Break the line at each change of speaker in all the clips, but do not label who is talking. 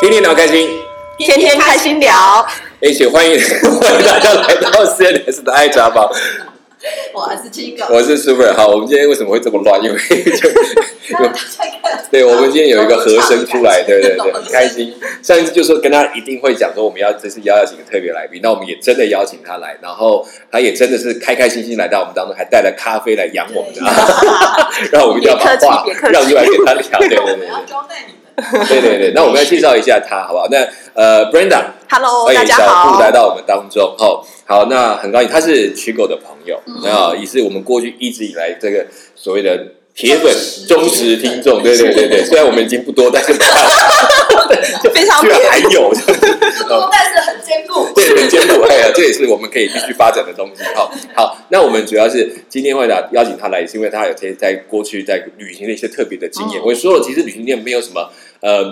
天天聊开心，
天天开心聊。
也许欢迎 欢迎大家来到 CNS 的爱茶坊，
我是七个，
我是 Super。好，我们今天为什么会这么乱？因为 就
大家看
对，我们今天有一个和声出来，对对对，很开。
懂了
心。上一次就说跟他一定会讲说我们要这次邀请个特别来宾，那我们也真的邀请他来，然后他也真的是开开心心来到我们当中，还带了咖啡来养我们的， 让我们一定要把话
别客气别客
让
气
出来给他聊，对对对
我要招待你们。
对对对对。那我们要介绍一下他，好不好？那呃，Brenda，
Hello，
欢
大
迎
家
小布
好
来。到我们当中。哦，好，那很高兴，他是曲狗的朋友，
嗯
那、也是我们过去一直以来这个所谓的铁粉、忠
忠
实
实
听众。对对对 对，虽然我们已经不多，但是
非常
居然还有，
不多，但是很坚固。
对人间不哎呀，这也是我们可以继续发展的东西。好，好，那我们主要是今天会来邀请他来，也是因为他有些在过去在旅行的一些特别的经
哦
验。我也说了，其实旅行店没有什么呃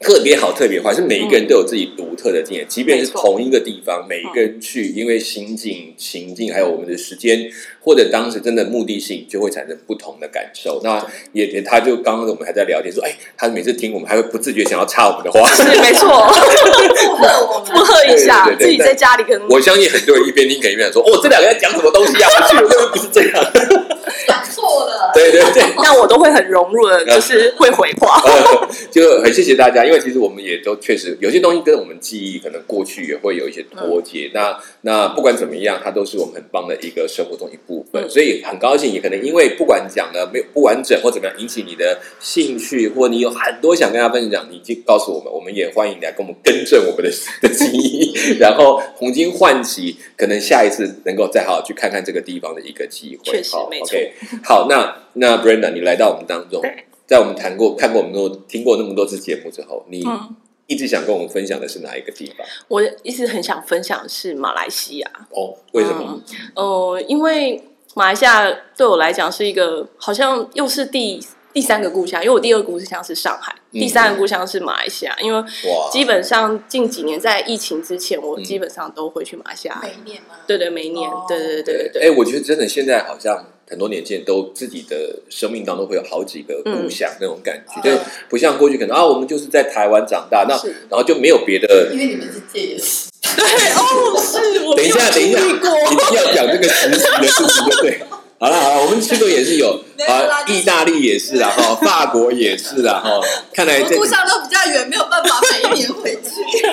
特别好、特别坏，是每一个人都有自己独特的经验。即便是
嗯没错
同一个地方，每一个人去，因为心境、情境，还有我们的时间，或者当时真的目的性，就会产生不同的感受。那也也，他就刚刚我们还在聊天说，哎，他每次听我们还会不自觉想要插我们的话。
是 没错，
附和我
附
们。
和一下，
对对对对
自己在家里可能
我相信很多人一边听可能一边想说：“哦，这两个在讲什么东西啊？”我去，根本不是这样。
讲错了。
对对对，
但我都会很融入
嗯
的，就是会回话。
呃， 就很谢谢大家，因为其实我们也都确实有些东西跟我们记忆可能过去也会有一些脱节。那那不管怎么样，它都是我们很棒的一个生活中一部分，
嗯
所以很高兴，也可能因为不管讲的没有不完整或怎么样，引起你的兴趣，或你有很多想跟大家分享，你就告诉我们，我们也欢迎你来跟我们更正我们 的 的记忆，然后重新唤起，可能下一次能够再好好去看看这个地方的一个机会。
确实
好
没
o k 好，那那 Brenda，你来到我们当中
对，
在我们谈过、看过我们多、听过那么多次节目之后，你
嗯，
一直想跟我们分享的是哪一个地方？
我一直很想分享的是马来西亚，
哦，为什么？
呃，因为马来西亚对我来讲是一个好像又是第第三个故乡，因为我第二个故乡是上海，
嗯
第三个故乡是马来西亚。因为
哇，
基本上近几年在疫情之前，我
嗯
基本上都会去马来西亚。
每一年吗？
对对，每一年，
哦
对对对对对。
哎，我觉得真的现在好像很多年轻人都自己的生命当中会有好几个故乡那种感觉，
嗯
就不像过去可能啊，我们就是在台湾长大，那
是
然后就没有别的
因。为你们是戒严。
对 哦，是我
哎等
没
一
有
下，等一
经
下，
历过。
一定要讲这个实习的事情，就对。好了好了，我们去过也是有
没有
啊
啦，
意大利也是啦，哈，法国也是啦，哈，看来这
我故乡都比较远，没有办法每一年回去。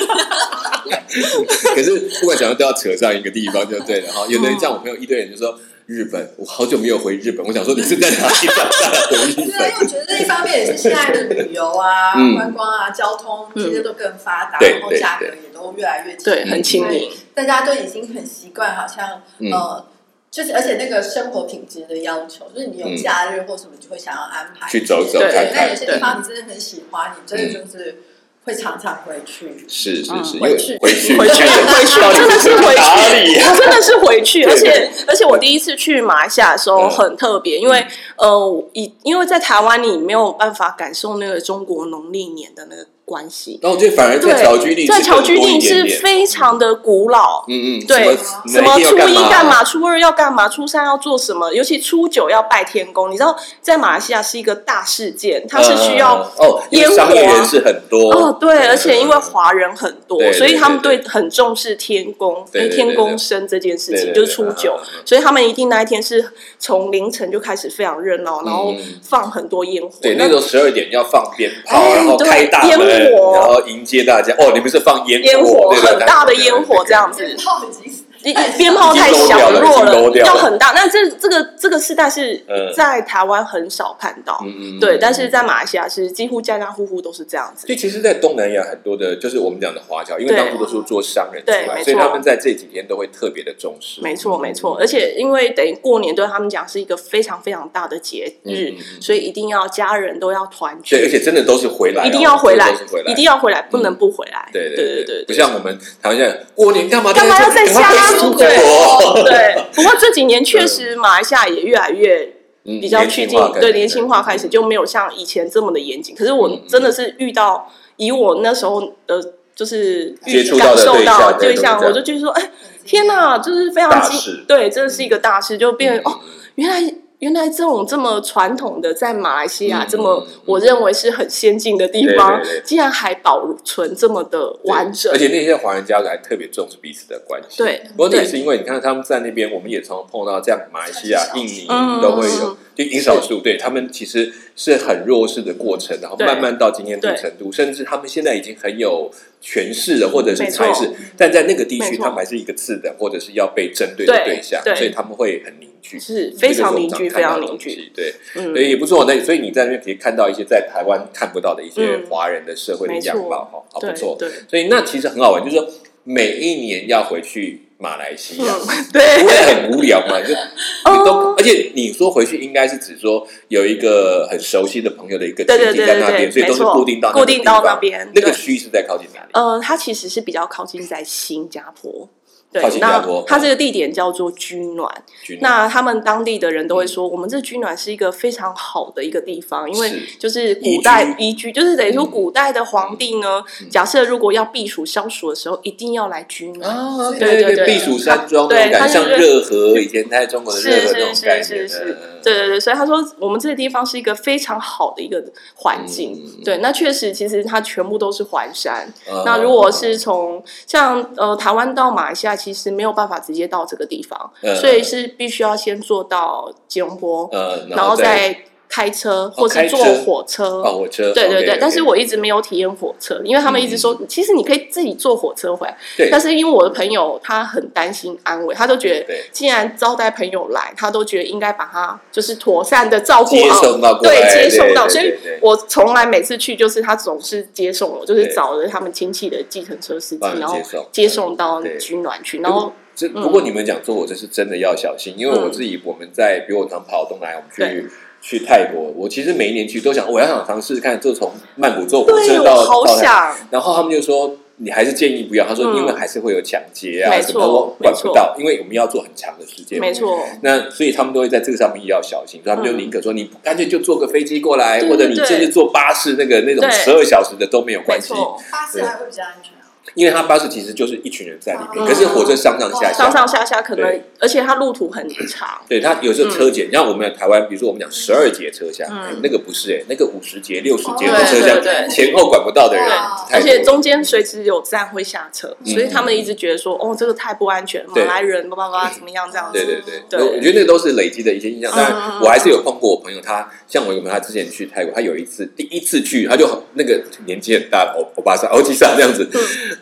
可是不管怎样都要扯上一个地方就对了哈。有
嗯
的人像我朋友一堆人就说日本，我好久没有回日本，我想说你是在哪里长大的回日本？
对啊，因为我觉得一方面也是现在的旅游啊、
嗯
观光啊、交通这些都更发达，
对
然后
对
价格
对
也都越来越亲
嗯对，
民
很亲民。
大家都已经很习惯，好像、
嗯
呃，就是而且那个生活品质的要求，就是你有
嗯
假日或什么，你就会想要安排
去走走
对
看嗯
那有
看，
些地方你真的很喜欢，你真的就是会常常回去。
是是是，因
嗯
为
回去
回去
回去回去
到底
真的是回去
哪里啊呀？
我真的是回去，
对
而
对
且而且我第一次去马来西亚的时候
嗯
很特别，因为呃，以因为在台湾你没有办法感受那个中国农历年的那个关系，
然后我觉得反而在侨居地
对，
是
在
更
侨
多
居
一
地
点
是
点嗯
非常的古老。
嗯嗯，
对
什
什
么
么初一
要
干
嘛？
嘛，初二要干嘛，初三要做什么，尤其初九要拜天公。你知道，在马来西亚是一个大事件，它是需要
嗯哦，因为
烟火啊
商业人士很多
哦，对，而且因为华人很多
对，对
所以他们
对
对很重视天公
对对
跟
对
天公生这件事
对对
情，
对
就是初九
嗯嗯嗯，
所以他们一定那一天是从凌晨就开始非常热闹，然后
嗯
放很多烟火。
对，那时候十二点要放鞭炮，
哎
然后
对
开大门，
烟火
然后迎接大家。哦，你们是放烟
烟火
对对
很大的
对对对
烟火这样子，
炮已经
你鞭炮太小
已经 low 掉了
弱
已经 low 掉了
要很大。那这这个这个时代是
嗯
在台湾很少看到，
嗯嗯嗯
对，但是在马来西亚是几乎家家户户都是这样子
所。以其实，在东南亚很多的，就是我们讲的华侨，因为
对
当初都是做商人出
对
来，
没错
所以他们在这几天都会特别的重视。
没错，没错，而且因为等于过年对他们讲是一个非常非常大的节日，
嗯嗯嗯
所以一定要家人都要团聚
对，，而且真的都是回来哦，
一定要回来
真的都是回，来，嗯
一定要回来，不能不回来。
对
对
对
对，
不像我们台湾现在过年干嘛
干嘛要在家
赶快回出 国？哦
对。不过这几年确实马来西亚也越来越
嗯
比较趋近，对年轻化开始，就没有像以前这么的严谨。可是
嗯
我真的是遇到，以我那时候的，就是
接触到
感
的
受到
对象对
对
都是
象，
这样
我就觉得说，哎，天哪，就是非常
大
惊
事
对，真的是一个大事，就变哦
嗯
哦，原来原来这种这么传统的，在马来西亚
嗯
这么
嗯嗯
我认为是很先进的地方
对对对，
竟然还保存这么的完整
而，且那些华人家族还特别重视彼此的关系。
对
不过那也
对
是因为你看他们在那边，我们也常常碰到这样，马来西亚
少、数
印尼
嗯
都会
嗯
有，就阴少数，对他们其实是很弱势的过程，然后
对
慢慢到今天这个
对
程度，甚至他们现在已经很有权势了，或者是
没错
才是，但在那个地区，
没错
他们还是一个次等，或者是要被针对的
对
对象，
对
所以他们会很凝聚，
是非常凝聚，
这
非
个是我们常看
常
到的
凝
东
聚。
西，对。
嗯
所，以也不错。那所以你在那边可以看到一些在台湾看不到的一些
嗯
华人的社会的
没错
样貌，哈、好不
对
错。
对，
所以那其实很好玩，就是说每一年要回去马来西亚，
嗯，哦对，
不会很无聊 嘛？就你都，而且你说回去应该是指说有一个很熟悉的朋友的一个
对对
亲戚
对
在那
对
边，
对，
所以
没
都是
错，
固定到
固定到那
边。
边。
那个
对
区域是在靠近哪里？
呃，它其实是比较靠近在新加坡。对
靠，新加坡嗯
那它这个地点叫做居暖，
君
那他们当地的人都会
嗯
说，我们这居暖是一个非常好的一个地方，因为
是
就是古代
宜
宜居，就是等于说
嗯
古代的皇帝呢，
嗯
假设如果要避暑消暑的时候，一定要来居暖。
啊，
对
对
对对
避暑山庄那种
对它
感觉，像
就是
热河，以前在中国的热河
是
那种
是
概
是
念
是是
嗯，
对对对，所以他说我们这个地方是一个非常好的一个环境。
嗯
对，那确实，其实它全部都是环山。
嗯
那如果是从像呃台湾到马来西亚，其实没有办法直接到这个地方，
嗯
所以是必须要先坐到吉隆坡，
呃，
然后再开车或
哦开
是
车
坐火车。
哦，火车，
对对对
OK，OK 嗯
但是我一直没有体验火车，因为他们一直说，其实你可以自己坐火车回来。
对
但是因为我的朋友他很担心安危，他都觉得
对
既然招待朋友来，他都觉得应该把他就是妥善的照顾
接
好，
送到过来，
对，接送到。
对
所以
对对对
我从来每次去，就是他总是接送我，就是
对
找了他们亲戚的计程车司机，
帮人
然后
接送
接送到
对
取暖去，然后
这
嗯
不过你们讲坐火车是真的要小心，因为
嗯
我自己我们在，比如我常跑东南亚，我们
对
去去泰国，我其实每一年去都想，我要想尝试看，就从曼谷坐火
对
车
我
到
好
到泰国，
想，
然后他们就说。你还是建议不要，他说
嗯
因为还是会有抢劫啊，
没
什
错
么都管
没
不
错
到，因为我们要做很长的时间。
没错，
那所以他们都会在这个上面要小心，所以他们就
嗯
宁可说你干脆就坐个飞机过来，
对
或者你
对
甚至坐巴士那个那种
对
十二小时的都没有
没
关系，
错，
巴士还会比较安全啊。
因为它巴士其实就是一群人在里面，
嗯
可是火车上上下下，
上上下下可能
对，
而且它路途很长，
对它有时候车节，像我们台湾，比如说我们讲十二节车厢，
嗯
那个不是哎、那个五十节、六十节
哦
的车厢
对对对哦
前后管不到的人
哇
太
而
多了，
且中间随时有站会下车，
嗯
所以他们一直觉得说，哦，这个太不安全，马
对
来人，叭叭叭，怎么样这样
对
子，
对对，
对
那我觉得那个都是累积的一些印象。
嗯
当然，我还是有碰过我朋友，他像我有个朋友，他之前去泰国，他有一次第一次去，他就很那个年纪很大，欧欧巴桑、欧吉桑这样
嗯
子，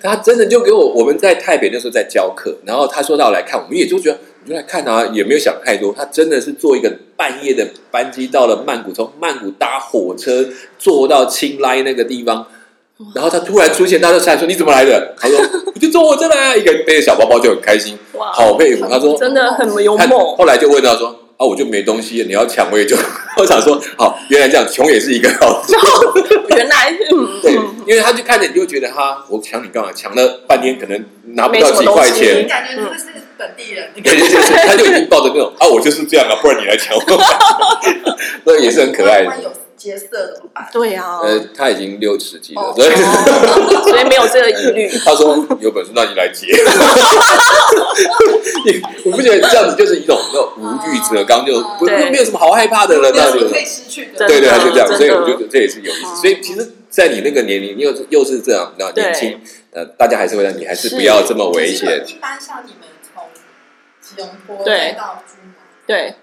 他真的就给我我们在台北那时候在教课，然后他说到来看，我们也就觉得。你就来看啊，也没有想太多。他真的是坐一个半夜的班机到了曼谷，从曼谷搭火车坐到清莱那个地方，然后他突然出现，大家就下来说：“你怎么来的？”他说：“我就坐火车来啊。”一个人背着小包包就很开心，
哇，
好佩服。他说：“
真的很幽
他
默，
后来就问到说：“啊，我就没东西，你要抢我也就。” 我想说，好，原来这样，穷也是一个好 处。
原来，嗯，
对
嗯，
因为他就看着你，就会觉得他，我抢你干嘛？抢了半天，可能拿不
没
到
什么
几块
东西
钱
你。感觉是不是本地人？你
对对对，对他就已经抱着那种啊，我就是这样啊，不然你来抢我。 那也是很可爱
哦
万一
的。
有劫色怎么办？
对啊，
呃，他已经六十几了，
哦
所以
哦所以没有这个疑虑。
他说有本事那你来接。 你我不觉得这样子就是一种那种无欲则刚，就不
哦对
没有什么好害怕的了，
没
那
有
就
什么可以失去的。
对对，
真的
他就这样，
真的嗯
所以我觉得这也是有意思。所以其实，在你那个年龄，又是又是这样，那
对
年轻，呃，大家还是会让你还是
是
不要这么危
可是如
险
果。一般像你们从吉隆坡
对
到居
对，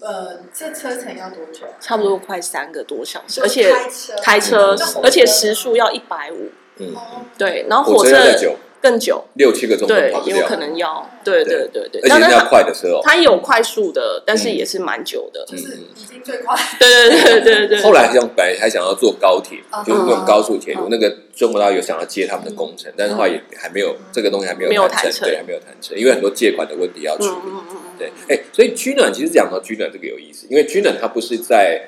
马，呃，这车程要多久啊？
差不多快三个多小时，
就
而
是
且
开车
开车嗯
那火，
而且时速要一百五，
嗯，
哦
对，然后
火
火
车要再
车
久，
更久，
六七个钟头
对
跑，不
也有
掉
可，能要，对对对对
而，且
当
是
然
要
它
快的车哦。
它也有快速的，但是也是蛮久的，
就是已经最快。
对对对对对。
嗯后来想本来还想要坐高铁，
嗯
就是那种高速铁路
嗯，
那个中国大陆有想要接他们的工程，但是后来也还没有这个东西还没
嗯没有
谈
谈
成，
成
对，还没有谈成，因为很多借款的问题要处
嗯
理。
嗯嗯嗯，
对，哎，所以居暖其实讲到居暖这个有意思，因为居暖它不是在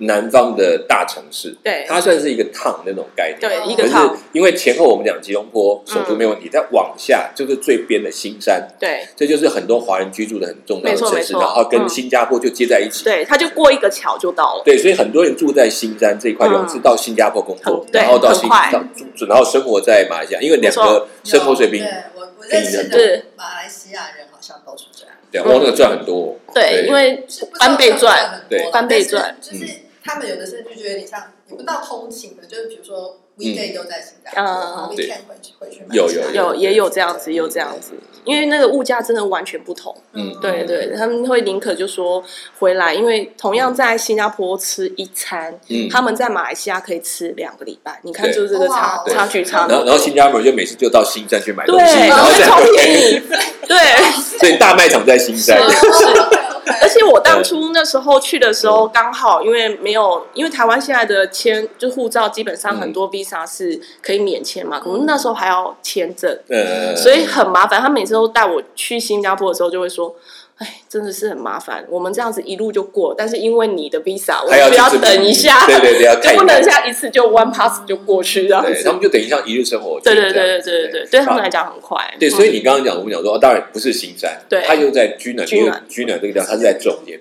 南方的大城市，
对
它算是一个 town 那种概念。
对，一
可
个嗯
是
套，
因为前后我们讲吉隆坡首都没有问题，再往下就是最边的新山，
对
这就是很多华人居住的很重要的
没错
城
没
市，
错
然后跟
嗯
新加坡就接在一起。
对，它就过一个桥就到了。
对，所以很多人住在新山这一块，
嗯
有人是到新加坡工作，
很对
然后到新
很快
到住然后生活在马来西亚，因为两
没
个生活水平
对我我认识
对
的马来西亚人好像都是这样。
对，哇，那个赚很多，
对，因为
是不知道
翻倍赚
赚很多啦
对
翻倍赚，
但是
嗯
就是他们有的是就觉得你像也不到通勤的，就是比如说 weekend 都在新加坡，
嗯
然后
对
，weekend 回去回去
嗯
买
有
菜
有
有也有这样子，也有这样子，因为那个物价真的完全不同。
嗯
对对，他们会宁可就说回来，因为同样在新加坡吃一餐，
嗯，
他们在马来西亚可以吃两个礼拜。你看，
对
就是这个差
哇对
差距差
然
多
后然后新加坡就每次就到新站去买
对，
东西，然后
而且超
再
便宜，对。
所以大卖场在新站，
哦，OK OK，
而且我当初那时候去的时候，刚好因为没有，因为台湾现在的签就护照，基本上很多 visa 是可以免签嘛，可是那时候还要签证，
呃，
所以很麻烦。他每次都带我去新加坡的时候，就会说。哎，真的是很麻烦。我们这样子一路就过，但是因为你的 visa，我
还要
需要
去这边
等一下，
对对对，要看
就
一
不能
看
像一次就 one pass 就过去这样
对，他
子。
们就等于像一日生活，
对
就是
对
这样
对对
子
对对，对他们
啊
来讲很快。
对，
嗯
所以你刚刚讲，我们讲说，哦当然不是新山，
对
它就在居南，
居
因
南
为居南这个地方，它是在中间，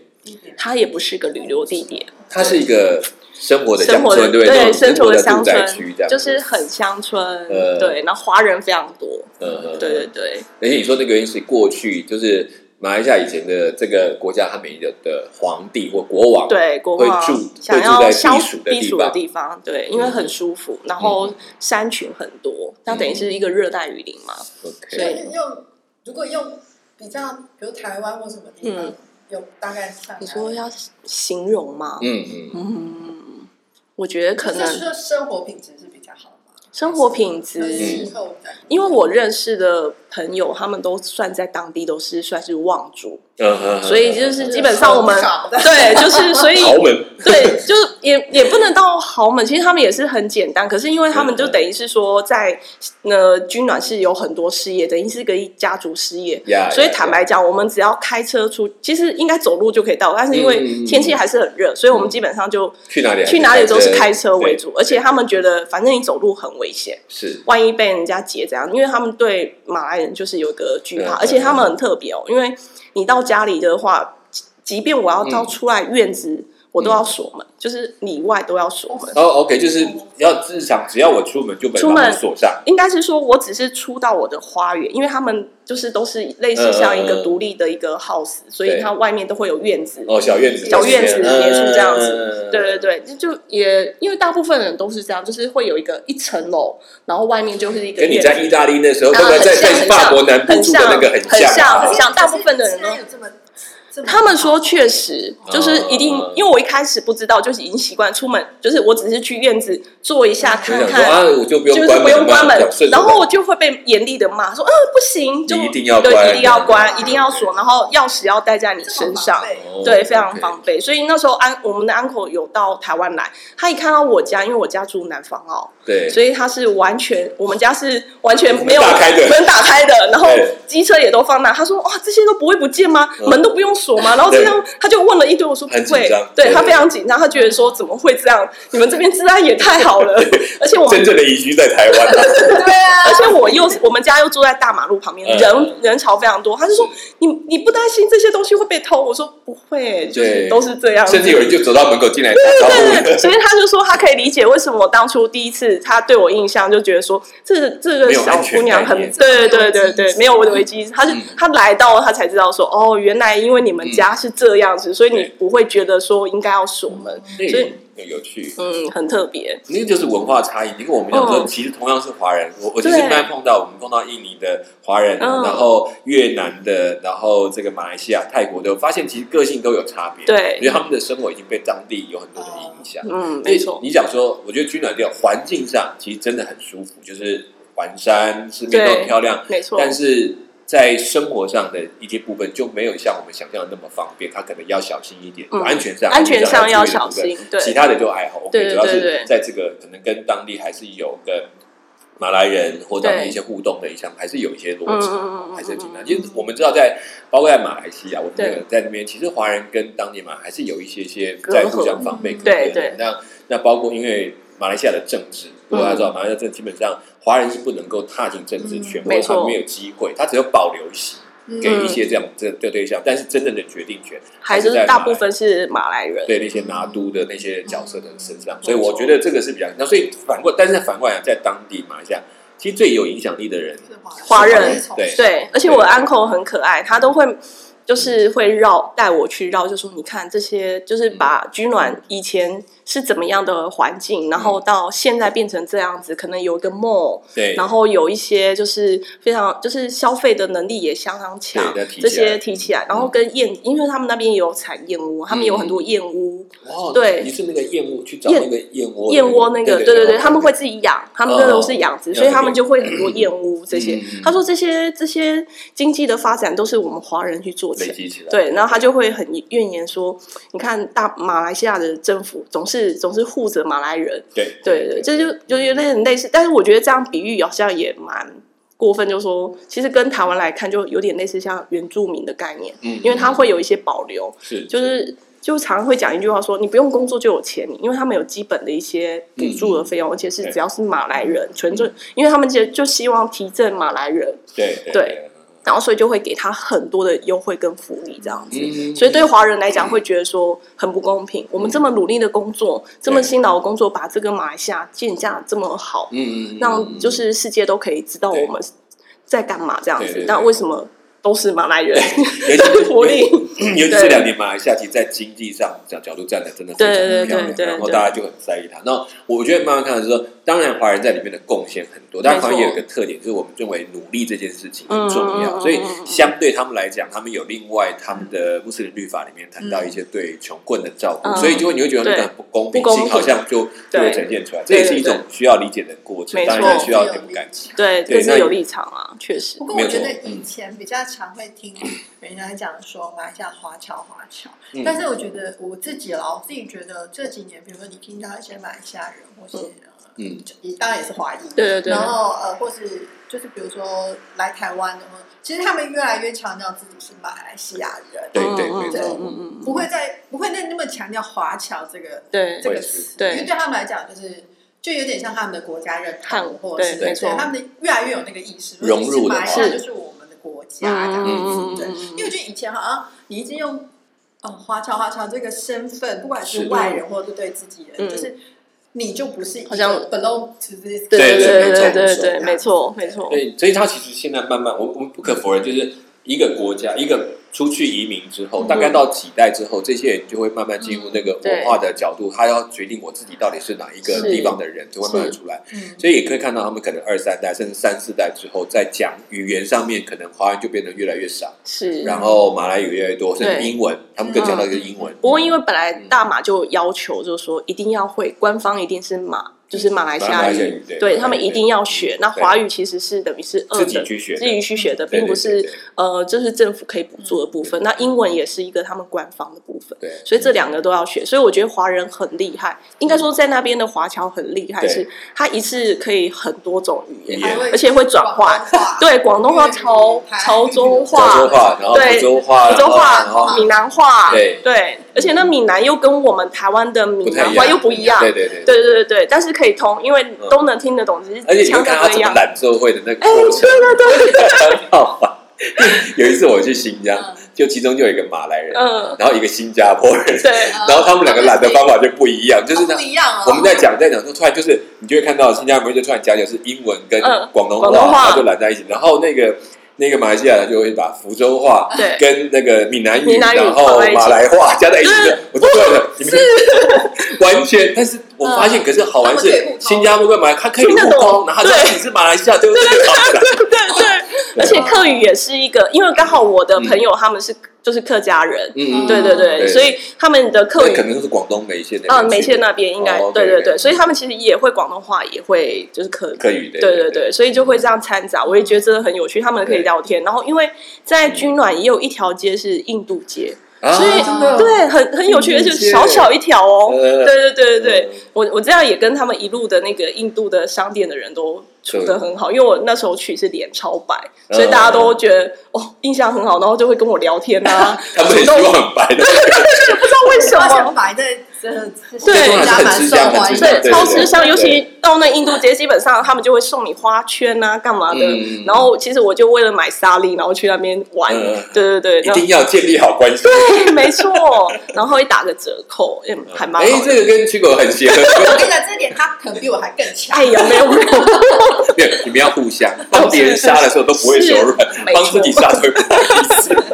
它也不是个旅游地点。
它是一个生活的乡
生活
村，
的
对不对？
生活
活
的
的
乡
住宅
村
区这样，
就是很乡村，
呃
对，然后华人非常多，
呃，
对对对，
而且你说那个原因是过去就是马来西亚以前的这个国家，他每一个的皇帝或国王，
对国王
会住
想
会住在
要
避
消
暑的地
避暑
方嗯
的地方，对，因为很舒服，然后山群很多，那等于是一个热带雨林嘛，
嗯，OK，
对
就是用如果用比较，比如台湾或什么地方
嗯，
有大概上
你说要形容吗？
嗯嗯，
嗯，我觉得可
就是
能
说生活品质是比较好嘛，
生活品
很
质。
适合我们在
因为我认识的朋友，他们都算在当地都是算是望族，
嗯嗯，
所以就是基本上我们
很少的
对，就是所以
豪门，
对，就是也也不能到豪门，其实他们也是很简单，可是因为他们
啊
就等于是说在呃军暖是有很多事业，等于是个一家族事业。
呀，
所以
呀
坦，白讲，我们只要开车出，其实应该走路就可以到，但是
嗯
因
嗯
为
嗯
天气还是很热，所以我们基本上就
去哪里啊
去哪里都是开车
对啊
为主，而且他们觉得反正你走路很危险，
是
万一被人家劫怎样？因为他们对马来人就是有一个惧怕，
嗯
而且他们很特别哦，因为你到家里的话，即即便我要到
嗯
出来院子，我都要锁门，就是里外都要锁门。
哦，OK，就是要日常，只要我出门就把
出门
把门锁上，
应该是说，我只是出到我的花园，因为他们就是都是类似像一
嗯嗯
个
嗯
独立的一个 house，、所以
对
它外面都会有院子。
哦，小院子，嗯
小院子别墅这样子
子
对对对，就就也因为大部分人都是这样，就是会有一个一层楼，然后外面就是一个
跟你
院
在
子，
意大利那时候，
啊
对不对？在
很像
在法国南部
很
住的
像
那个很
很像
啊
很像大部分的人都
现在有这么这么
他们说确实就是一定
哦，
因为我一开始不知道，就是已经习惯出门，就是我只是去院子坐一下
就
看
想说啊
看，，
我就不
就
用
是
关
不用关门
这样顺，着
然后
走
我就会被严厉的骂说，嗯，不行，就
你一定要
对
关
一定要关，
对
一定要锁，然后钥匙要带在你
这么
身
防
上。
备
哦
对，非常
OK
防备。所以那时候安我们的安 n 有到台湾来，他一看到我家，因为我家住南方澳，
对，
所以他是完全，我们家是完全没有
门打开的
门打开的，然后
对
机车也都放那。他说：“哇，这些都不会不见吗？
嗯
门都不用锁吗？”然后
对
这样他就问了一堆，我说：“不
很紧
会
张。”对
对他非常紧张，他觉得说：“怎么会这样？你们这边治安也太 好了，而且我们
真。”正的移居在台 湾啊，
对啊
而，且我又我们家又住在大马路旁边，
嗯
人人潮非常多。他就说：“你你不担心这些东西会被偷？”我说：“不会，就
对
是都是这样。”
甚至有人就走到门口进来打招呼。
对， 所以他就说他可以理解为什么我当初第一次他对我印象就觉得说这这个
没有
小
安全
姑娘
概念
很对对对对，没有我的危机意识，他就、
嗯
他来到了他才知道说哦，原来因为你们家是这样子，所以你
对
不会觉得说应该要锁门，
对
所以
有趣，
嗯，很特别，
那个就是文化差异。你跟我们讲说，
嗯
其实同样是华人，我我其实
对
慢慢碰到，我们碰到印尼的华人，啊
嗯
然后越南的，然后这个马来西亚、泰国的，发现其实个性都有差别。
对
因为他们的生活已经被当地有很多的影响。
嗯，
所以
没错，
你讲说，我觉得居暖调环境上其实真的很舒服，就是环山是面都很
对
漂亮，
没错，
但是在生活上的一些部分就没有像我们想象的那么方便，它可能要小心一点，
嗯
安全上
安全上要
注意的
小
部分
心，对，
其他的就还好。OK，
对对
主要
对
是
对
在这个可能跟当地还是有跟马来人或当地
对
一些互动的一项，还是有一些
嗯
逻
嗯
辑。
嗯嗯
还
嗯
是很
嗯
简单，
嗯，
因为我们知道在，包括在马来西亚，我
对
们在那边，其实华人跟当地马来还是有一些些
隔
在
阂
互相防备。
嗯
隔阂的
对对嗯
那那包括因为马来西亚的政治，大家知道，马来西亚政基本上华人是不能够踏进政治
嗯
圈，
没
或者他
错嗯
没有机会，他只有保留席给一些这样这这对象，但是真正的决定权
还
是
是
在
大
马
部
来
分是马来人，
对那些拿督的那些角色的身上，
嗯
所以我觉得这个是比较那所以反过，但是反过来在当地马来西亚，其实最有影响力的人，
是华
华人
是
对
对，而且我 uncle 很可爱，他都会就是会绕带我去绕，就说你看这些，就是把居暖以前是怎么样的环境，然后到现在变成这样子，可能有一个 mall，
嗯对，
然后有一些就是非常就是消费的能力也相当强
对再提，起来嗯
这些提起来，然后跟燕，因为他们那边也有产燕窝，他们有很多燕窝，
哦，
对
你是那个燕窝去找
燕
那个燕窝，
燕窝那个，对对对，他们会自己养，他们这
哦
种是养殖，所以他们就会很多燕窝这
嗯
些
嗯嗯。
他说这些这些经济的发展都是我们华人去做起
累
来。
积起来，
对，然后他就会很怨言说：“你看大马来西亚的政府总是总是护着马来人，
对
对对，这就就有点很类似。但是我觉得这样比喻好像也蛮过分，就说其实跟台湾来看就有点类似像原住民的概念，
嗯
因为它会有一些保留，
是
就是就常会讲一句话说，你不用工作就有钱，因为他们有基本的一些补助的费用，而且是
对
只要是马来
嗯
人纯正，因为他们就就希望提振马来人，
对对
对
对，
然后所以就会给他很多的优惠跟福利这样子。
嗯
所以对华人来讲，会觉得说很不公平。我们这么努力的工作，这么辛劳的工作，把这个马来西亚建架这么好，
嗯嗯，
让就是是世界都可以知道
对
我们在干嘛这样
对对
子
对。
那为什么都是马 来人？
尤其 是
活力
尤其这两年马来西亚其实在经济上角角度站的真的非常
对对
漂
对
亮，
对
然后
对
大家就很在意它。那我觉得慢慢看到就是说，当然华人在里面的贡献很多，但
没错
华人也有个特点，就是我们认为努力这件事情很重
嗯嗯
要，
嗯嗯
所以相对他们来讲，他们有另外他们的穆斯林律法里面谈到一些对穷困的照顾，
嗯
所以就会你会觉得那个很不公平
不公
性
平
好像就就
对
会呈现出来，这也是一种
对
需要理解的过程，
没
当
错
然也需要一点感情。
对，
对
各
那
自有立场啊，确实
不。过
没
我
有
觉
错
得
嗯
以前比较常会听人家讲说马来西亚华侨华侨，
嗯
但是我觉得我自己啦，我自己觉得这几年，比如说你听到一些马来西亚人，或是呃
嗯，
也当然也是华裔，
对对对
然后呃，或是就是比如说来台湾的话，其实他们越来越强调自己是马来西亚人，
对对
嗯
没错
嗯嗯嗯
不会再不会再那么强调华侨这个
对
这
会
个
是
词，
对
因为对他们来讲就是。就有点像他们的国家认
看
同，或者
对
是
没错
他们的越来越有那个意识，
融入
就是
的
马来西亚
话
就是我们的国家这样
嗯
子，
嗯
对
嗯嗯。
因为我觉得以前好像你一直用哦华侨华侨这个身份，不管是外人或者是对自己人，
嗯
就是你就不是一个
好像
belong to this
对对对对
country
对
这样
对，
子
没错没错。
对，所以它其实现在慢慢，我我们不可否认，就是一个国家一个出去移民之后，
嗯
大概到几代之后，这些人就会慢慢进入那个
嗯对
文化的角度，他要决定我自己到底是哪一个
是
地方的人，就会慢慢出来。
嗯，
所以也可以看到，他们可能二三代甚至三四代之后，在讲语言上面，可能华人就变得越来越少，
是。
然后马来语越来越多，甚至
对
英文，他们更强调一个英文。
不过因为本来大马就要求，就是说一定要会，官方一定是马，就是马来西
马
亚
来西亚
语
语对，
对他们一定要学。那
对
华语其实是等于是二
自己
的。
去学的，
自己去学的，
对
并不
对对嗯
是呃，这是政府可以补助的部分。那英文也是一个他们官方的部分，
对
所以这两个都要学。所以我觉得华人很厉害，应该说在那边的华侨很厉害，
嗯对
是他一次可以很多种语言，
也
而且会转换。对，广东话、潮潮州
潮
话
州、话，然后
对
福州话，
福州
然后然
话、
后
闽南话，
对
而且那闽南又跟我们台湾的闽南话又不一样，
对对对。
对对对对，但是可以通，因为都能听得懂，只
而且
是
你会
腔
看
调
他
不
怎么
一样。哎
揽做会的那个过 程， 对对对，很好玩。有一次我去新疆，
嗯
就其中就有一个马来人，
嗯，
然后一个新加坡人，
对，
然后他们两个懒的方法就不一样，就是
哦
他
嗯不一样哦。
我们在讲在讲说，突然就是你就会看到新加坡人就突然讲解是英文跟
嗯
广东
广东话
然后就揽在一起，然后那个那个马来西亚人就会把福州话
对
跟那个闽南语，
闽南语
然后
放在一起嗯
马来话 加在一起
对
的，我就觉得你们完全，但是我发现，
嗯
可是好玩
他们可以
是
互通
新加坡跟马来，他可以互
听得懂
通，然后他知道
对
你是马来西亚，对不 对？
对对，而且客语也是一个，因为刚好我的朋友他们是就是客家人，
嗯，
对对
对
对，所以他们的客
那
语
可能是广东梅县那边
嗯，梅县那边应该
哦
对
对
对
对
对，所以他们其实也会广东话，也会就是客
客语对
对
对
对对，所以就会这样掺杂。我也觉得真的很有趣，他们可以
对嗯
聊天。然后因为在军暖也有一条街是印度街，
啊
所以
真的哦
对很很有趣，
印
而
度
且
街
小小一条哦。
呃
对对对对对
嗯，
我我这样也跟他们一路的那个印度的商店的人都处
对
的很好，因为我那时候去是脸超白，
嗯
所以大家都觉得哦印象很好，然后就会跟我聊天啊，
他们也希望很白的，
不知道为什
发
么
现白的真的是
对
人家蛮受欢迎
对
的，
对，超吃香，
对
尤其到那印度街，基本上他们就会送你花圈啊，干嘛的。
嗯
然后其实我就为了买沙粒，然后去那边玩。
嗯
对对对，
一
然后
定要建立好关系。
对，没错，然后会打个折扣，嗯， 还蛮
哎
好，的。
这个跟驱狗很协和，
我跟你讲，这点他可能比我还更强。
哎，有没有没有？
没 有，你们要互相帮别人杀的时候都不会手软
是，没错
帮自己杀都会不好意思。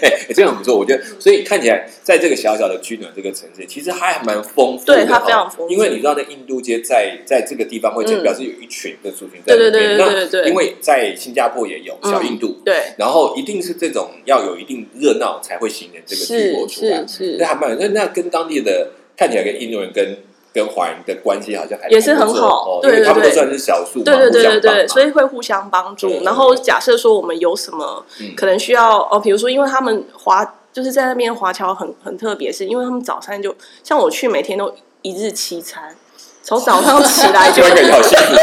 哎，这个很不错，我觉得，所以看起来在这个小小的居暖这个城市，其实它还蛮丰富的，
对它
哈
非常丰富
因为你知道，那印度街在在这个地方会建，
嗯
表示有一群的族群在那边
对对对对对对
那因为在新加坡也有小印度，
对，
然后一定是这种要有一定热闹才会形成这个聚
是
落出来
是。是
那，还蛮那那跟当地的看起来跟印度人跟跟华人的关系好像还
也是
还不
很
错
好
哦
对
因为
对
他们都
对
算是少数嘛，
对
互
对对对
相帮
对，
忙
所以会互相帮助
对对。对
然后假设说我们有什么
嗯，
可能需要哦，比如说，因为他们华就是在那边华侨很很特别，是因为他们早餐就像我去每天都一日七餐，从早上起来就
另外一个人好幸福，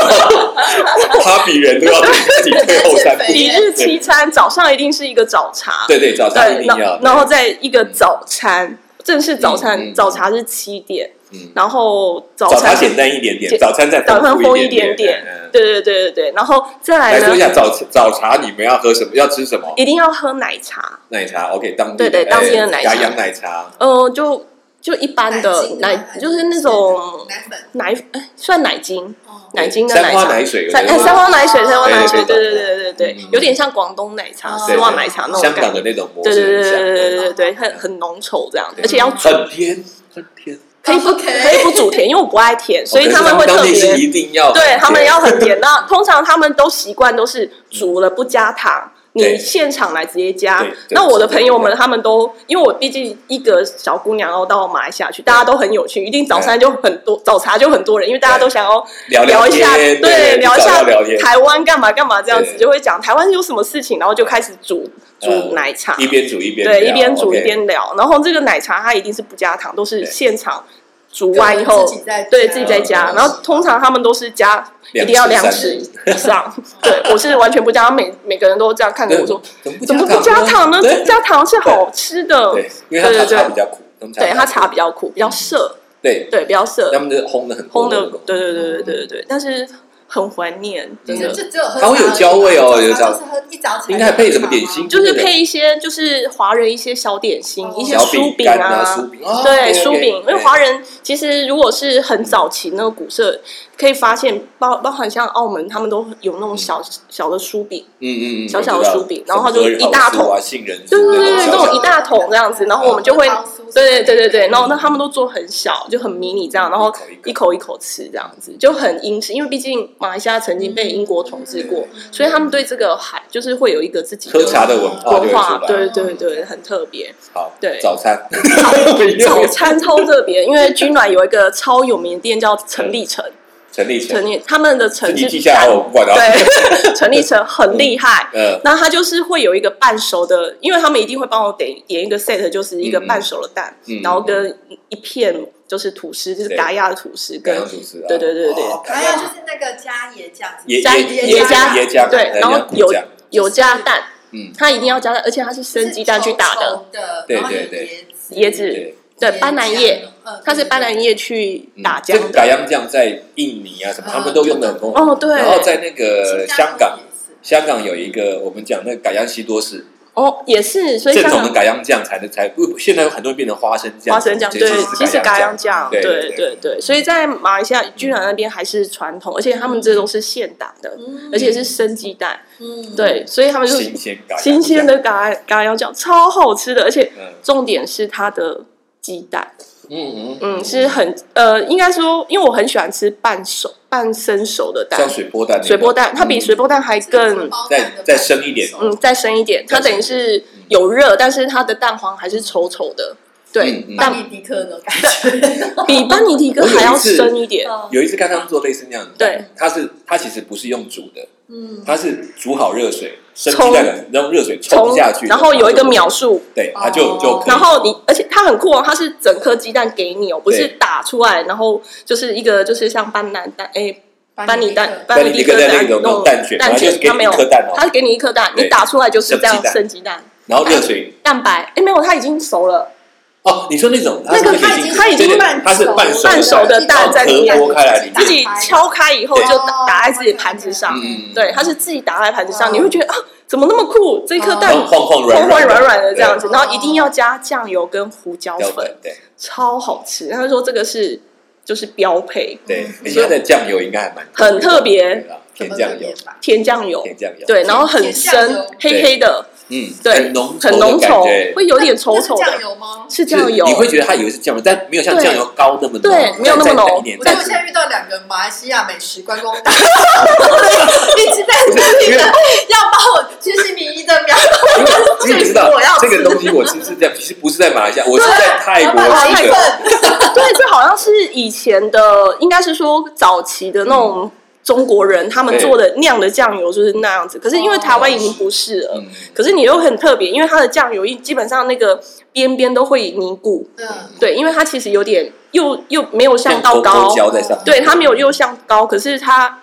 他比人都要自己退后三步。
一日七餐，早上一定是一个早茶，
对对，早上一定
然
要，
然后再一个早餐，正式
嗯
早
嗯嗯
餐早茶是七点，
嗯
然后早
早茶
餐
简单一点点，
简
早餐再
早上
丰
丰一点点
嗯，
对对对对对，然后再来
来说一
呢，
下早早茶，你们要喝什么？要吃什么？
一定要喝奶茶，
奶茶，OK，当地的
对对当地的
哎
奶茶
鸭羊奶茶，
呃，就就一般的奶，
奶精啊
就是那种
奶啊粉，
奶，哎算奶精，
哦
奶精的
三
奶
花
茶。
奶水，
三
有
哎，
点
三花奶水，三花奶水，
对对
对对
对
对对对
嗯
对，有点像广东奶茶、
哦
丝袜奶茶那
香
种
港
感
的
觉，
那种模
对
式
对
很
对
像，
对对对
香
对，
港
很很浓稠这样子，
对
而且要
嗯
煮
很甜很甜，
可以不
OK
可以不煮甜，因为我不爱甜，所以他们会特
当地哦是
别
一定要很
对
甜
他们要很甜。那通常他们都习惯都是煮了不加糖，
对
你现场来直接加
对对。
那我的朋友
对
们他们都，因为我毕竟一个小姑娘要到马来西亚去，大家都很有趣，一定早餐就很多，早茶就很多人，因为大家都想要
嗯聊
聊一
天
下，
对
对，聊一
早
下
上聊天，
台湾干嘛干嘛这样子，
对
就会讲台湾有什么事情，然后就开始煮
呃
煮奶茶
一。边煮一边
对，
聊
一边煮
OK
一边聊。然后这个奶茶它一定是不加糖，都是
对
现场煮完以后
自，己在哦
对自己在加。
嗯
然后通常他们都是加一
两
定要两
匙
匙以上。 对我是完全不加，每每个人都这样看着我说，
怎么
怎么不加糖呢？
对
加糖是好吃的。
对，因为它茶茶比较苦，他们
对，它
茶
茶比较苦，比较涩，
对，
对，比较涩
他，们的烘的很多
烘的
那种，
对对对对对对对，但是很怀
嗯
念，真
就
的。
就只有喝
它会有焦味哦有焦
早是喝一早起
应
来
该配什么点心？？
就是配一些就是华人一些小点心，一些
哦小饼
酥饼啊
干酥饼，哦
对，
OK，
酥饼，因为华
对
人其实如果是很早期那个古色，可以发现包包含像澳门，他们都有那种小小的酥饼，
嗯嗯嗯，
小小的
我知道
酥饼然后它就一大
什么鹅
桶
啊，杏仁酥
对对对
种
对，
小
那
小
种一大桶这样子，然后我们
嗯
就会，对对对对对，然后那他们都做很小，就很迷你这样，然后
嗯一
一口一口吃这样子，就很英式，因为毕竟马来西亚曾经被英国统治过，所以他们对这个海就是会有一个自己
嗯喝茶
的
的文化就会
文化，
出来
对对对，很特别。
好，
对
早餐
早餐超特别，因为君暖有一个超有名的店叫陈 立成，
陈立
陈
成，
立他们的陈
自己
是
记下来，
蛋
我不管了。
对， 陈立成很厉害。
呃，
那他就是会有一个半熟的，因为他们一定会帮我点点一个 set，就是一个半熟的蛋，
嗯嗯
然后跟一片就是吐司，就是
对
嘎亚的吐司
改
跟
良主食啊，
对对对对
哦
还有就是那个加椰酱，
椰
加
椰
椰
浆
浆
椰浆，
对
呃
然后
洋
有
苦酱
有加蛋，
嗯，哦
它一定要加蛋，而且它是生鸡蛋去打的，
的
对对对，
椰子
对，
对，斑斓叶，，
嗯
它是斑斓
叶，
叶去
嗯
打
哦这
浆
个
的，
改良酱在印尼啊什么，他们都用的很丰富。
哦对，
然后在那个呃香港，
新
香港有一个我们讲那个改良西多士，
哦也是，所以
正
香
宗
港
的改良酱才能才不，现在有很多人变成花生酱，
花生酱，
其
对
实是，
即使
改
嘎
良
良
酱，
酱，
对
对
对
对对，所以在马来西亚居然那边还是传统，而且他们这都是现打的，
加
嗯
椰子
而且是生鸡蛋，
嗯，
对，所以他们就
新鲜改良
新鲜的嘎嘎良酱超好吃的，而且
嗯
重点是它的鸡蛋，
嗯嗯
嗯，是很呃，应该说，因为我很喜欢吃半熟、半生熟的
像
蛋，
水嗯波蛋那个，
水波蛋，它比水波蛋还更。
再再深一点
嗯，再深一点，它等于是
嗯
有热，但是它的蛋黄还是稠稠的，
嗯
对
嗯，
大
蛋
米迪克的感觉，
比班尼迪克
我有一
还要
次
深一点，
嗯
有一次看他们做类似那样的蛋，
对
它是它其实不是用煮的，
嗯，
它是煮好热水，生
冲
鸡蛋让热水冲
从
下去，
然后有一个秒，数，
对，它就
哦
就可以
然后你，而且它很酷哦，它是整颗鸡蛋给你哦，不是
对
打出来，然后就是一个就是像班南蛋，哎，班尼蛋，
班尼
尼
迪
迪
克
克
蛋
蛋
那种
种
蛋卷然后就是给
它
你
没
一
有
颗蛋哦，
它给你一颗蛋，
对
你打出来就是这样
生鸡蛋
生鸡蛋，
然后热水
蛋白，哎，没有，它已经熟了，
哦，你说那种它
那个
是已
它已经
对对
半
它是
熟
半熟
半熟的蛋在里面
壳剥开来里面
自己敲开以后
对
就打打在自己盘子上，
嗯
对，它是自己打在盘子
哦
上，你会觉得啊，怎么那么酷？这颗
哦
蛋
然后晃晃
晃
软
晃软
软
软的这样子，
对
然后一定要加酱油跟胡椒
对
粉。
对
超好吃。他说这个是就是标配，
对，
嗯
而且它的酱油应该还蛮
很特别
对啦甜酱油，
吧？
甜酱油，
甜酱油
对，然后很
甜酱
深
油，
黑黑的，
嗯，
对
很浓
很浓
的感
稠
觉，，
会有点稠稠
那是酱
的，
油吗？
是酱油
你。会觉得它以为是酱油，但没有像
对
酱油膏那么浓，
对没有那么浓
再淡一点
我
但
觉得
是
我现在遇到两个马来西亚美食 观光，
一直在
不是因为
要帮我去西米一的苗，
因为因为你知道
这个
这
是我要吃
个东西，我其实是在其实不是在马来西亚，我是
对
在泰国
我要
吃
买
的。
对，这好像是以前的，应该是说早期的那
嗯
种中国人他们做的酿的酱油就是那样子。可是因为台湾已经不是了，
嗯，
可是你又很特别，因为它的酱油一基本上那个边边都会凝固，
嗯，
对，因为它其实有点又又没有像
像
到
勾
高
勾，胶在上面，
对，它没有又像高，可是它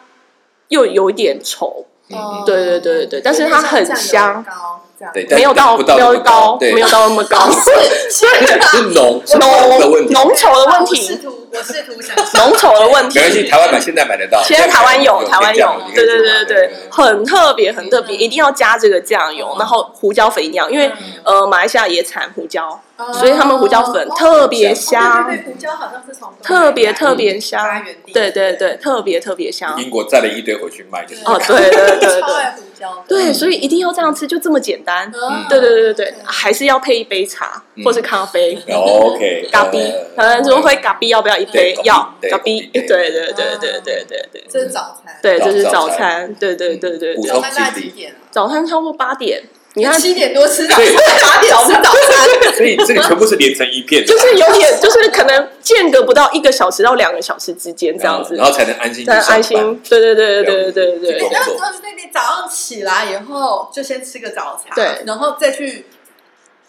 又有一点稠，
嗯，
对对对对但是它很香
高这样
对，但
没有到
不
没
那么
有高，
对，
没有到那么高，
是
是 浓是浓的问题，
浓稠的问
我
题，
试图，我试图想
浓稠的问题
没。关系，台湾买现在买得到，
现在台湾有，
现在
台湾有，对对对对对，很特别，很特别，
嗯
一定要加这个酱油，然后胡椒粉一定要，因为
嗯
呃，马来西亚也产胡椒，所以他们胡椒粉特别
香，
香
哦对，对对胡椒好像是从
特别特别
发
香，
源地，
对对对，特别特别香。
英国带了一堆回去卖，就是
哦，对对对
超
对
爱胡椒的，
对，所以一定要这样吃，就这么简单。
嗯
对对对对对
嗯，
还是要配一杯茶
嗯
或是咖啡。
OK，呃
咖啡，呃台湾说会咖啡，要不要一杯？
对
要
对
咖啡，
咖
对
啡
对对对对对对
这是早餐，
对，这是
早
早
餐
餐，对对对对
补
对。
早餐大概几点啊？
早餐超过八点，你看
七点多吃早
所
餐，
以
八点吃早餐，
所以这个全部是连成一片的，
就是有点，就是可能间隔不到一个小时到两个小时之间这样子
嗯然，后才能安心去
但
上班
安心。对对对对对对对
这
对
个
那那那你早上起来以后就先吃个早餐，
对
然后再去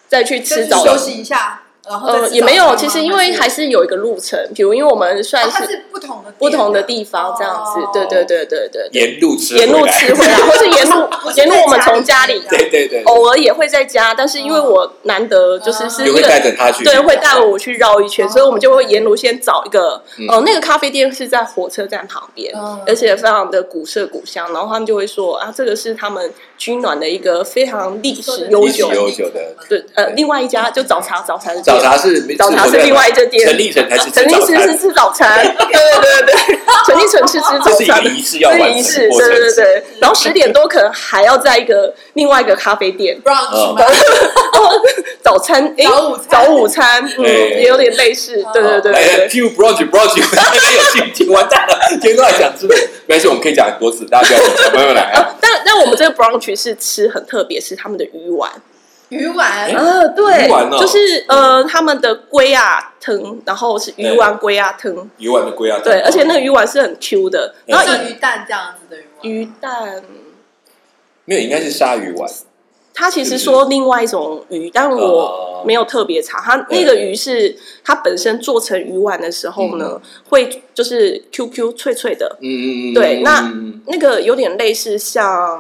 再去吃
再
早
去休息一下，然后再吃
呃，
早餐
也没有，
吗
其实因为还
还是
是有一个路程，比如因为我们
哦
算
它
是
是不同的
不同的地方这样子
哦，
对对对对对，对
沿路吃，
沿路吃回来，哦或是沿路
不是在
沿路我们从家
家里
里
吃
对对对，
偶尔也会在家，但是因为我难得就是是
就
一
会带
个。
着他去，
对，会带我去绕一圈，
哦
所以我们就会沿路先找一个，
嗯
呃，那个咖啡店是在火车站旁边，
嗯
而且非常的古色古香，然后他们就会说啊，这个是他们取暖的一个非常历史悠
历史
久
悠
的。
久的
对，呃，
对
另外一家就早茶，早茶是
早茶是
早茶是另外一家店
陈立成才是
陈
吃
立
早
纯是
餐，
吃早餐，对对对对，陈立纯是吃
这
早
是一
餐
个
的，
仪式要完
仪
成
式，
的过
对
程。
对对。然后十点多可能还要在一个另外一个咖啡店
brunch
嗯
嘛，
早餐，诶
早午餐
早午餐，嗯，
哎
也有点类似，对对对对
哎
对。
，Q brunch brunch，大家有兴趣？完蛋了，今天都在讲吃的，没关系，我们可以讲很多次，大家不要紧张，慢慢来啊。
啊，但但我们这个 brunch 是吃很特别，是他们的鱼丸，
鱼丸
哎
呃，对，
鱼丸哦
就是呃，他们的龟啊汤，然后是鱼丸龟啊汤，
鱼丸的龟啊，
对，而且那个鱼丸是很 Q 的，然后
嗯
像鱼蛋这样子的鱼丸，
鱼蛋，
没有，应该是鲨鱼丸，
他其实
嗯
说另外一种鱼，但
哦
我没有特别查，它那个鱼是它本身做成鱼丸的时候呢，
嗯
会就是 Q Q 脆脆的，
嗯嗯嗯，
对那
嗯
那个有点类似像。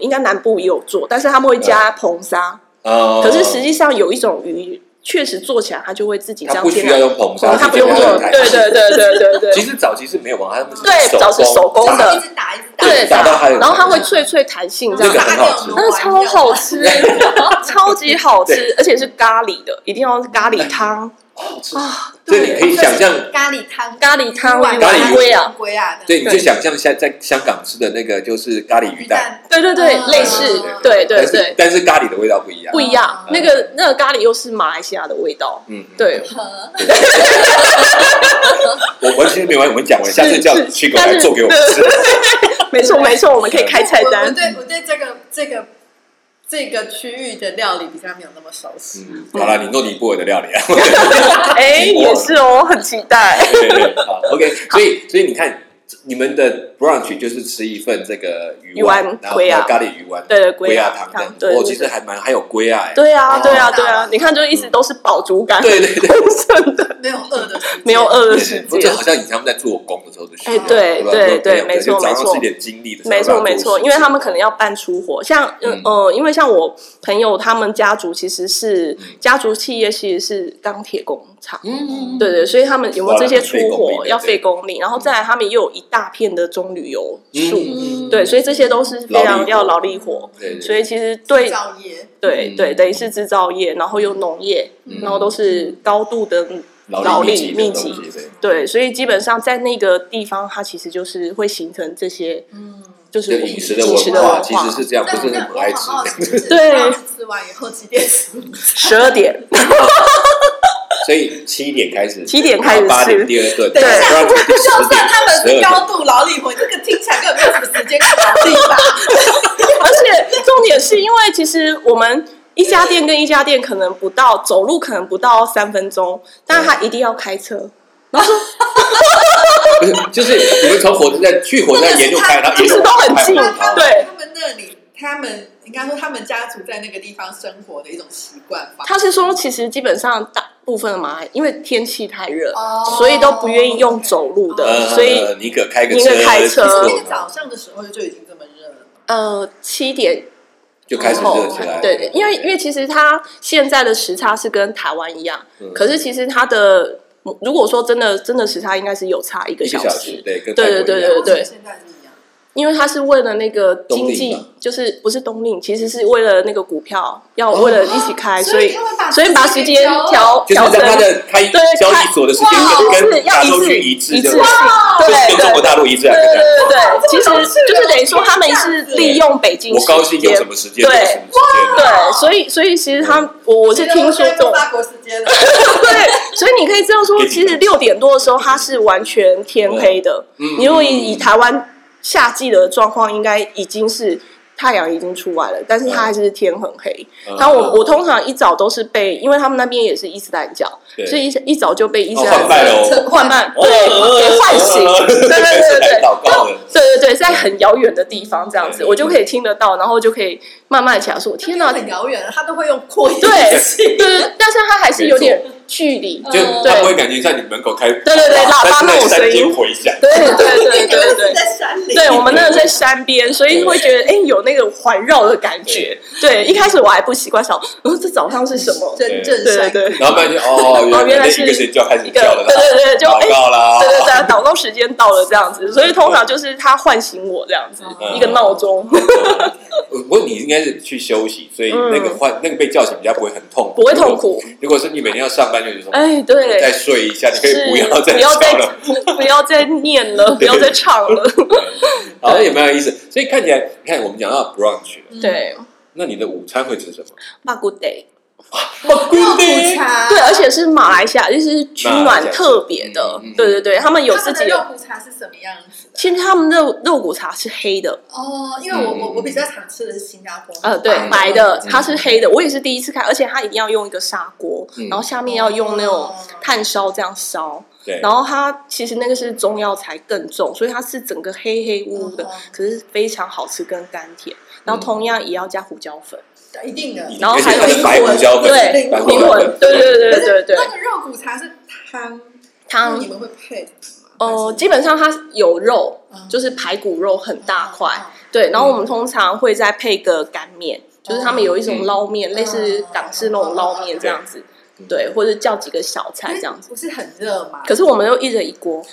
应该南部也有做，但是他们会
嗯
加硼砂。
啊，
可是实际上有一种鱼，确实做起来它就会自己这
它
样
不
天
需
然
要用硼砂，
它不用
是
做，
这样
对
的
对对对对对
其
对
实早期是没有网，他们
对，早是手工
然后一
的，
直打一直打，
对，
打到它有
然后它会脆脆弹性这
那
样
个，很好吃
那个超 好吃，超级好
对
吃，而且是咖喱的，一定要是咖喱汤，
好吃
啊，
所以你可以想象，
咖喱汤，
咖喱汤
鱼丸
咖喱鱼
龟啊
龟啊，
对，你就
对
想象现在在香港吃的那个就是咖喱鱼
鱼
蛋，
蛋，
对对对
嗯，
类似，
对
对
但
对
是嗯
对，
但是咖喱的味道不一样，
不一样
嗯。
那个那个咖喱又是马来西亚的味道，
嗯，嗯，
对，
我完全没完，我们讲完，下次
是
叫
是
去狗
但
来
是
做给我们吃，
没错没错，我们可以开菜
我我
单。
对我对这个这个这个区域的料理比较没有那么熟悉。
嗯，好了，你弄尼泊尔的料理啊。
哎，也是哦，很期待。
对对对好，OK，所以所以你看，你们的 brunch 就是吃一份这个鱼丸，
鱼丸
然后
龟啊
咖喱鱼丸，
对对
龟
龟
啊
啊
汤这
汤
样子
对
哦，
对
其实还蛮还有龟啊，哎
对啊，对啊，
哦
对啊，你看，就一直都是饱足感，
对对对，
真的
嗯
没有饿的时 间
没有，饿的
对
时
对这
间
好。像以前他们在做工的时候的需要，
哎对
吧都
对
这样
对
子
没错
就早
没
上
错
是点精力的时候，
没
让
错
它做
没错，
事
因为他们可能要办出活，像呃
嗯
呃，因为像我朋友他们家族其实是家族企业，其实是钢铁工厂。
嗯，嗯
对对，所以他们有没有这些出
哇
货
要
要
费
费公里，然后再来他们又有一大片的棕榈油树，
嗯
对，所以这些都是非
劳力
常
活
要劳力活，
对对，
所
以
以其实对
造业，
对
嗯
对，等于是制造业，然后又农业，
嗯
然后都是高度的
劳
力
力
密
集
集
的东西，对
对，所以基本上在那个地方，它其实就是会形成这些
嗯，
就是
就饮食的
饮食
文
的
化
文
其实是这啊样，不是很不爱吃。
好好吃，
对
然后吃完以后几点吃？
十二 点，
所以七点开始，
7点开始吃
八点第二顿，
等一下
然后十点，
就算他们是
12
高度劳力活，这个听起来根本没有什么时间可以劳力吧？
而且重点是因为其实我们。一家店跟一家店可能不到，走路可能不到三分钟，但他一定要开车。
不是， 就是你们从火车站去火车站沿路开，然后一
其
路
实都很近
开
他们
对
他们那里，他们应该说他们家族在那个地方生活的一种习惯吧。
他是说，其实基本上大部分的马来，因为天气太热，
哦
所以都不愿意用走路的，
呃，
所以
你可开个
你可开车
就
那
过
个早上的时候就已经这么热了，
呃七点
就开始热起来。
对哦对，因为因为其实它现在的时差是跟台湾一样，
嗯
可是其实它的如果说真的真的时差应该是有差一个
一个
小
小时，对，跟
对
泰国
对
一
对
样
对对
现在是一样。
因为它是为了那个经
冬
济
令嘛，
就是不是冬令，其实是为了那个股票要
哦
为了一起开，所以
他们把
所以把时间调
就是
调
让
成
他的开
对
交易所的时间跟
就是
跟
要
亚
一
洲
次
区一致，
一
就
致
是
性，对
就是跟
对
中国
对。
大陆一致啊。
对
看看
对对，
这
其
么
实
有趣哦
就是等于说他们是利用北京
我
时
高兴有
间
什么嗯时间有
对
什么时间。
对，所以所以其实他我我是听说
现在
这
都
种
法国时间了，
对，所以你可以知道说，其实六点多的时候它是完全天黑的。
嗯
你如果以以台湾夏季的状况，应该已经是太阳已经出来了，但是它还是天很黑。
嗯
然后我我通常一早都是被，因为他们那边也是伊斯兰教，
对
所以一一早就被伊斯
哦换
兰
拜喽
教换慢对
哦
给唤醒，
哦
对对对对
来
对。
祷告嗯的。
对对对，在很遥远的地方这样子，
对
我就可以听得到，然后就可以慢慢起来说：“ 天哪，
很遥远，他都会用扩音。
对，对，但是它还是有点距离。
就
嗯
他不会感觉在你门口开，啊
对对对喇叭那种
但
声音
是在山间回响，
对对对对
你们
对
是
对。
在山里，
对，我们那个在山边，所以会觉得哎、有那个环绕的感觉。对，一开始我还不习惯，想，嗯，这早上是什么？
真正
对对
山。
对，
然后发现哦，
哦原来
来
是
一个神教开始
一个
叫了，
对对对，就哎、
祷告啦，
对对对，祷告时间到了这样子，所以通常就是他唤醒我这样子，
嗯
一个闹钟，
我不过你应该是去休息，所以那个换、那个被叫醒比较不会很痛苦，
嗯不会痛苦。
如果。如果是你每天要上班，就是说，
哎，
我再
对，
睡一下，你可以
是
不要再
不要
叫
再
了。
不要再念了，不要再唱了。
好像也蛮有意思。所以看起来，你看我们讲到 brunch，
嗯，
对
那你的午餐会吃什么？
b a g u Day，
哦
肉骨茶，
对，而且是马来西亚，就是取暖特别的
马来西亚是嗯嗯嗯，
对对对，他们有
他
自
们的
己
肉
的。
骨茶是什么样子的？
其实他们肉肉骨茶是黑的，
哦，因为我我
嗯
我比较常吃的是新加坡，
呃，对，
嗯
白的，
嗯
它是黑的，我也是第一次看，而且它一定要用一个砂锅，
嗯
然后下面要用那种
哦
炭烧这样烧，
对，
然后它其实那个是中药材更重，所以它是整个黑黑乌乌的
嗯
哦，
可是非常好吃跟甘甜，然后同样也要加胡椒粉，
一定的。
然后
而且
还有
它嗯是白
灵
胡
魂
椒粉，
对
白
灵
胡
灵
椒
魂
粉，，
对对对对对
那个肉骨茶是汤，那
汤
你，们会配什么？
呃，基本上它有肉，
本
就是排骨肉很大块，
嗯
对，然后我们通常会再配个干面，就是他们有一种捞面，类似港式那种捞面这样子，对，或者叫几个小菜这样子。
不是很热嘛？
可是我们又一人一锅，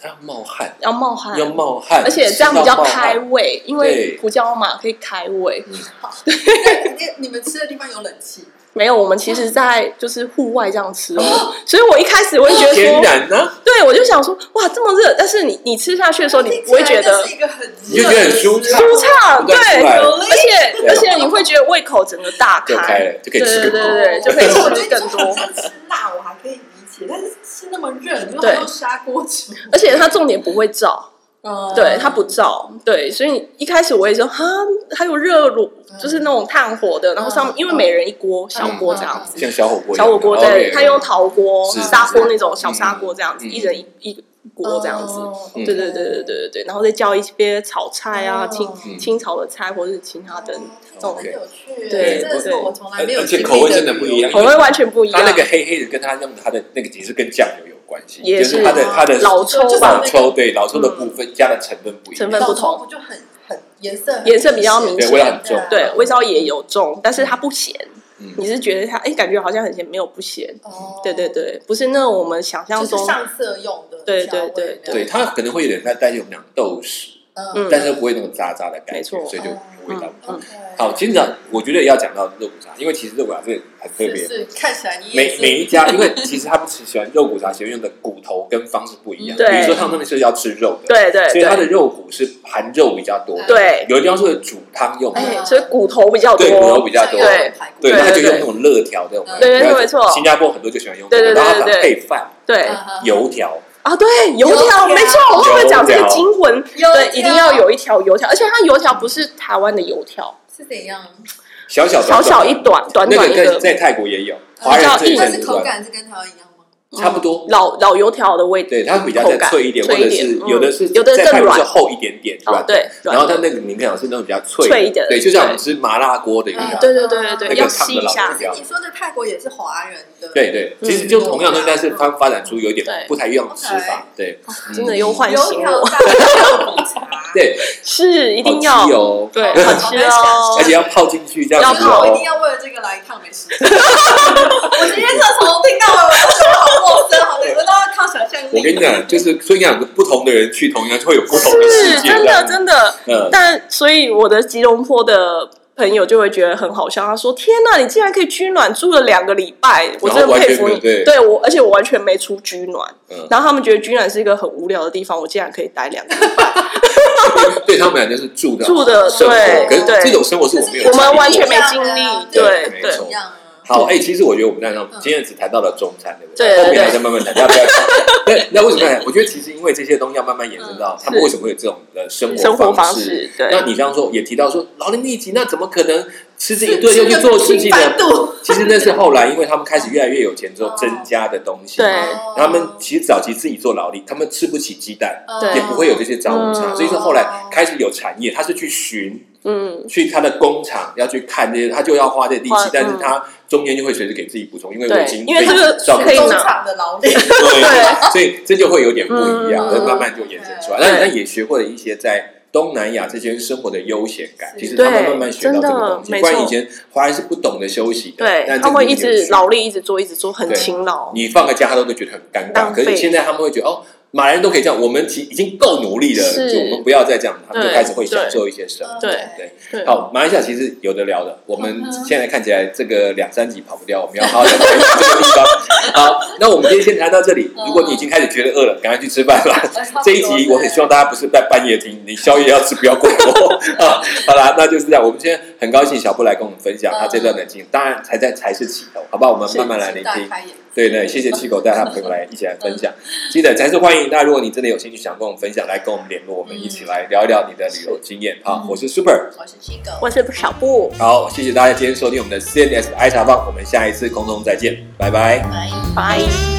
它要冒汗，
要冒汗，
要冒汗，
而且这样比较开胃，因为
对嗯
胡椒嘛可以开胃。
你你们吃的地方有冷气，
没有，我们其实在就是户外这样吃哦，所以我一开始我会觉得
天
说，哦
然啊呢，
对我就想说，哇，这么热，但是你你吃下去的时候， 你不会觉得
这是一个很热的
你就觉得很舒畅
舒畅，对，
对
而且
对
而且你会觉得胃口整个大
就开
开，
了，就可以吃
对
更
对
多。
对就可以吃更多
我觉得你说好像吃辣我还可以理解，但是吃那么热，你又还用砂锅煮，
而且它重点不会燥。
嗯
对，它不燥，对，所以一开始我也说哈，还有热炉，就是那种炭火的，然后上面
嗯
因为每人一锅小锅这样子，
像小火锅一样，
小火锅对，
对，
它用陶锅、
是是
砂锅
是
那种小砂锅这样子，
嗯
一人一一锅这样子，
哦
嗯
对对对对对，对对，然后再叫一些炒菜啊，
哦
清
嗯
清炒的菜或者是其他的，
这种哦很有趣，
对
这是我从来没有
而且
经历
口味真的不一样
口味完全不一
它
样，
那个黑黑的跟它用它的那个也是跟酱油有关系，
也
就是它的
是
它的
老抽
就是
吧
老，抽对老抽的部分加的成分不一样，
嗯成分不同
老抽就很很颜色很
颜色比较明
对
显
味道很重，
对，啊味道也有重，但是它不咸
嗯，
你是觉得它哎，感觉好像很咸，没有不咸，
哦
对对，对，不是那种我们想象
就是
中
上色用的调味料，
对对对
对它可能会有点在担心我们讲豆豉，
嗯
但是不会那种渣渣的感
没
觉，
错
所以就
哦
有味道。
嗯
，OK，
好，今天讲我觉得要讲到肉骨茶，因为其实肉骨茶这个很特别，
是是看起来你也
每
是
每一家，因为其实他们喜欢肉骨茶，喜欢用的骨头跟方式不一样。
嗯对
比如说他们是要吃肉的，
对对
所以它的
对
肉骨是含肉比较多。
对，
有的地方是会煮汤用的，
哎
所以骨头比较
对骨头
多
比，较多。
对
对，
对
那就
对
用那种肋条这种。
对
对
然后
没错
新加坡很多就喜欢用这
对
个，
对对
然后它
对对
配饭、
对
油条，
啊，对啊油
油
条
条
没错，我后面讲这
油
个
条
惊魂，
油
对，
条
一定要有一条油条，而且它油条不是台湾的油条，
是怎样？
小小短
小小
短
一短短
那
短
个
一
跟
个，
在泰国也
哦
有，华人
较
这一
硬
但
阵子
是口感哦是跟台湾一样吗？
差不多。
老老油条的味道，
对，它比较再
口感
脆一点，或
脆
者
一点
是
嗯
有的是
有的
在
更
泰国
软
是厚一点点，
哦
软，
对，
然后它
软的
那个你看是那种比较脆
脆一点
对，就像我们
对
吃麻辣锅的一样
嗯。
啊对对对对
那
对，
个
要
烫
吸
的
一
老
下
油
可，是你说的泰国也是华人的，
对对，
嗯
其实就同样的，但是它发展出有一点
对哦
不太一样的吃法。对，
真的又
换
唤醒
油条
我，
大肉骨茶，
对，
是一定
好
要
吃哦，
对
好
好吃
好
哦
而，且要泡进去这样
就
子
是我一
哦
定。要为了这个来一趟美食 节。我今天这从听到尾，我都觉得好陌生，好累，我都要靠想象力。
我跟你讲，就是所以讲不同的人去同一样，就会有不同的世
是
界。
真的真的，
嗯，
但所以我的吉隆坡的朋友就会觉得很好笑，他说：“天哪，你竟然可以取暖住了两个礼拜，我真的佩服
完全没有
你。
对
我，而且我完全没出取暖。
嗯
然后他们觉得取暖是一个很无聊的地方，我竟然可以待两个。
对他们俩就是住的
住的
生活
对，
可是
对
这种生活是我没有
我
经历
们
过
完全
的
没经历
过，
对
没
对
错
一样啊。
好，哎、其实我觉得我们在上
嗯
今天只谈到了中餐，对不
对对
后面还
对
在慢慢谈，大家不要吵。那那为什么要谈？我觉得其实因为这些东西要慢慢延伸到他们
嗯是
为什么会有这种呃生
生活
活
方
式。
式，对，
那你刚刚说也提到说劳力密集，那怎么可能吃这一顿
对，
又去做事情呢？
度，
其实那是后来，因为他们开始越来越有钱之后
哦
增加的东西。
对
他们其实早期自己做劳力，他们吃不起鸡蛋，
对
呃
也不会有这些早午餐，
嗯
所以说后来开始有产业，他是去寻
嗯，
去他的工厂要去看这些，他就要花这力
花
气，但是
嗯
他中间就会随时给自己补充，因为我
对
已经
因为
被
这个
照顾
可以
到
工
拿
厂的劳力，
对，所以这就会有点不一样，
嗯
那慢慢就延伸出来。
对
那那也学会了一些在东南亚这些生活的悠闲感，
是
其实他们
对
慢慢学到这
真
个
的
东西。
没
不然
错
以前华人是不懂得休息的，
对
但，
他会一
这个
直
是
劳力，一直做，一直做，很
对
勤劳。
你放个假，他都会觉得很尴尬。
浪
可
费
是现在他们会觉得哦。马来人都可以这样，我们其已经够努力了，
是
就我们不要再这样，他们就
对
开始会享
对
受一些 生活。
对
嗯对
对，
好，马来西亚其实有的聊的，我们
嗯哼
现在看起来这个两三集跑不掉，我们要好好的这个地 方。好，那我们今天先谈到这里。
嗯
如果你已经开始觉得饿了，赶快去吃饭吧。
对
这一集我很希望大家不是在半夜听，你宵夜要吃不要过头啊。 好啦，那就是这样。我们今天很高兴小布来跟我们分享他这段的经历，当然才在才是起头，好不好？我们慢慢来聆听。对对， 谢谢七狗带他朋友来一起来分享，
嗯
记得才是欢迎。那如果你真的有兴趣想跟我们分享，来跟我们联络，我们一起来聊一聊你的旅游经验。
嗯
好，我是 Super，
我是七狗，
我是小布，
好，谢谢大家今天收听我们的 CNS 爱茶坊，我们下一次空中再见，拜拜。
拜。
拜。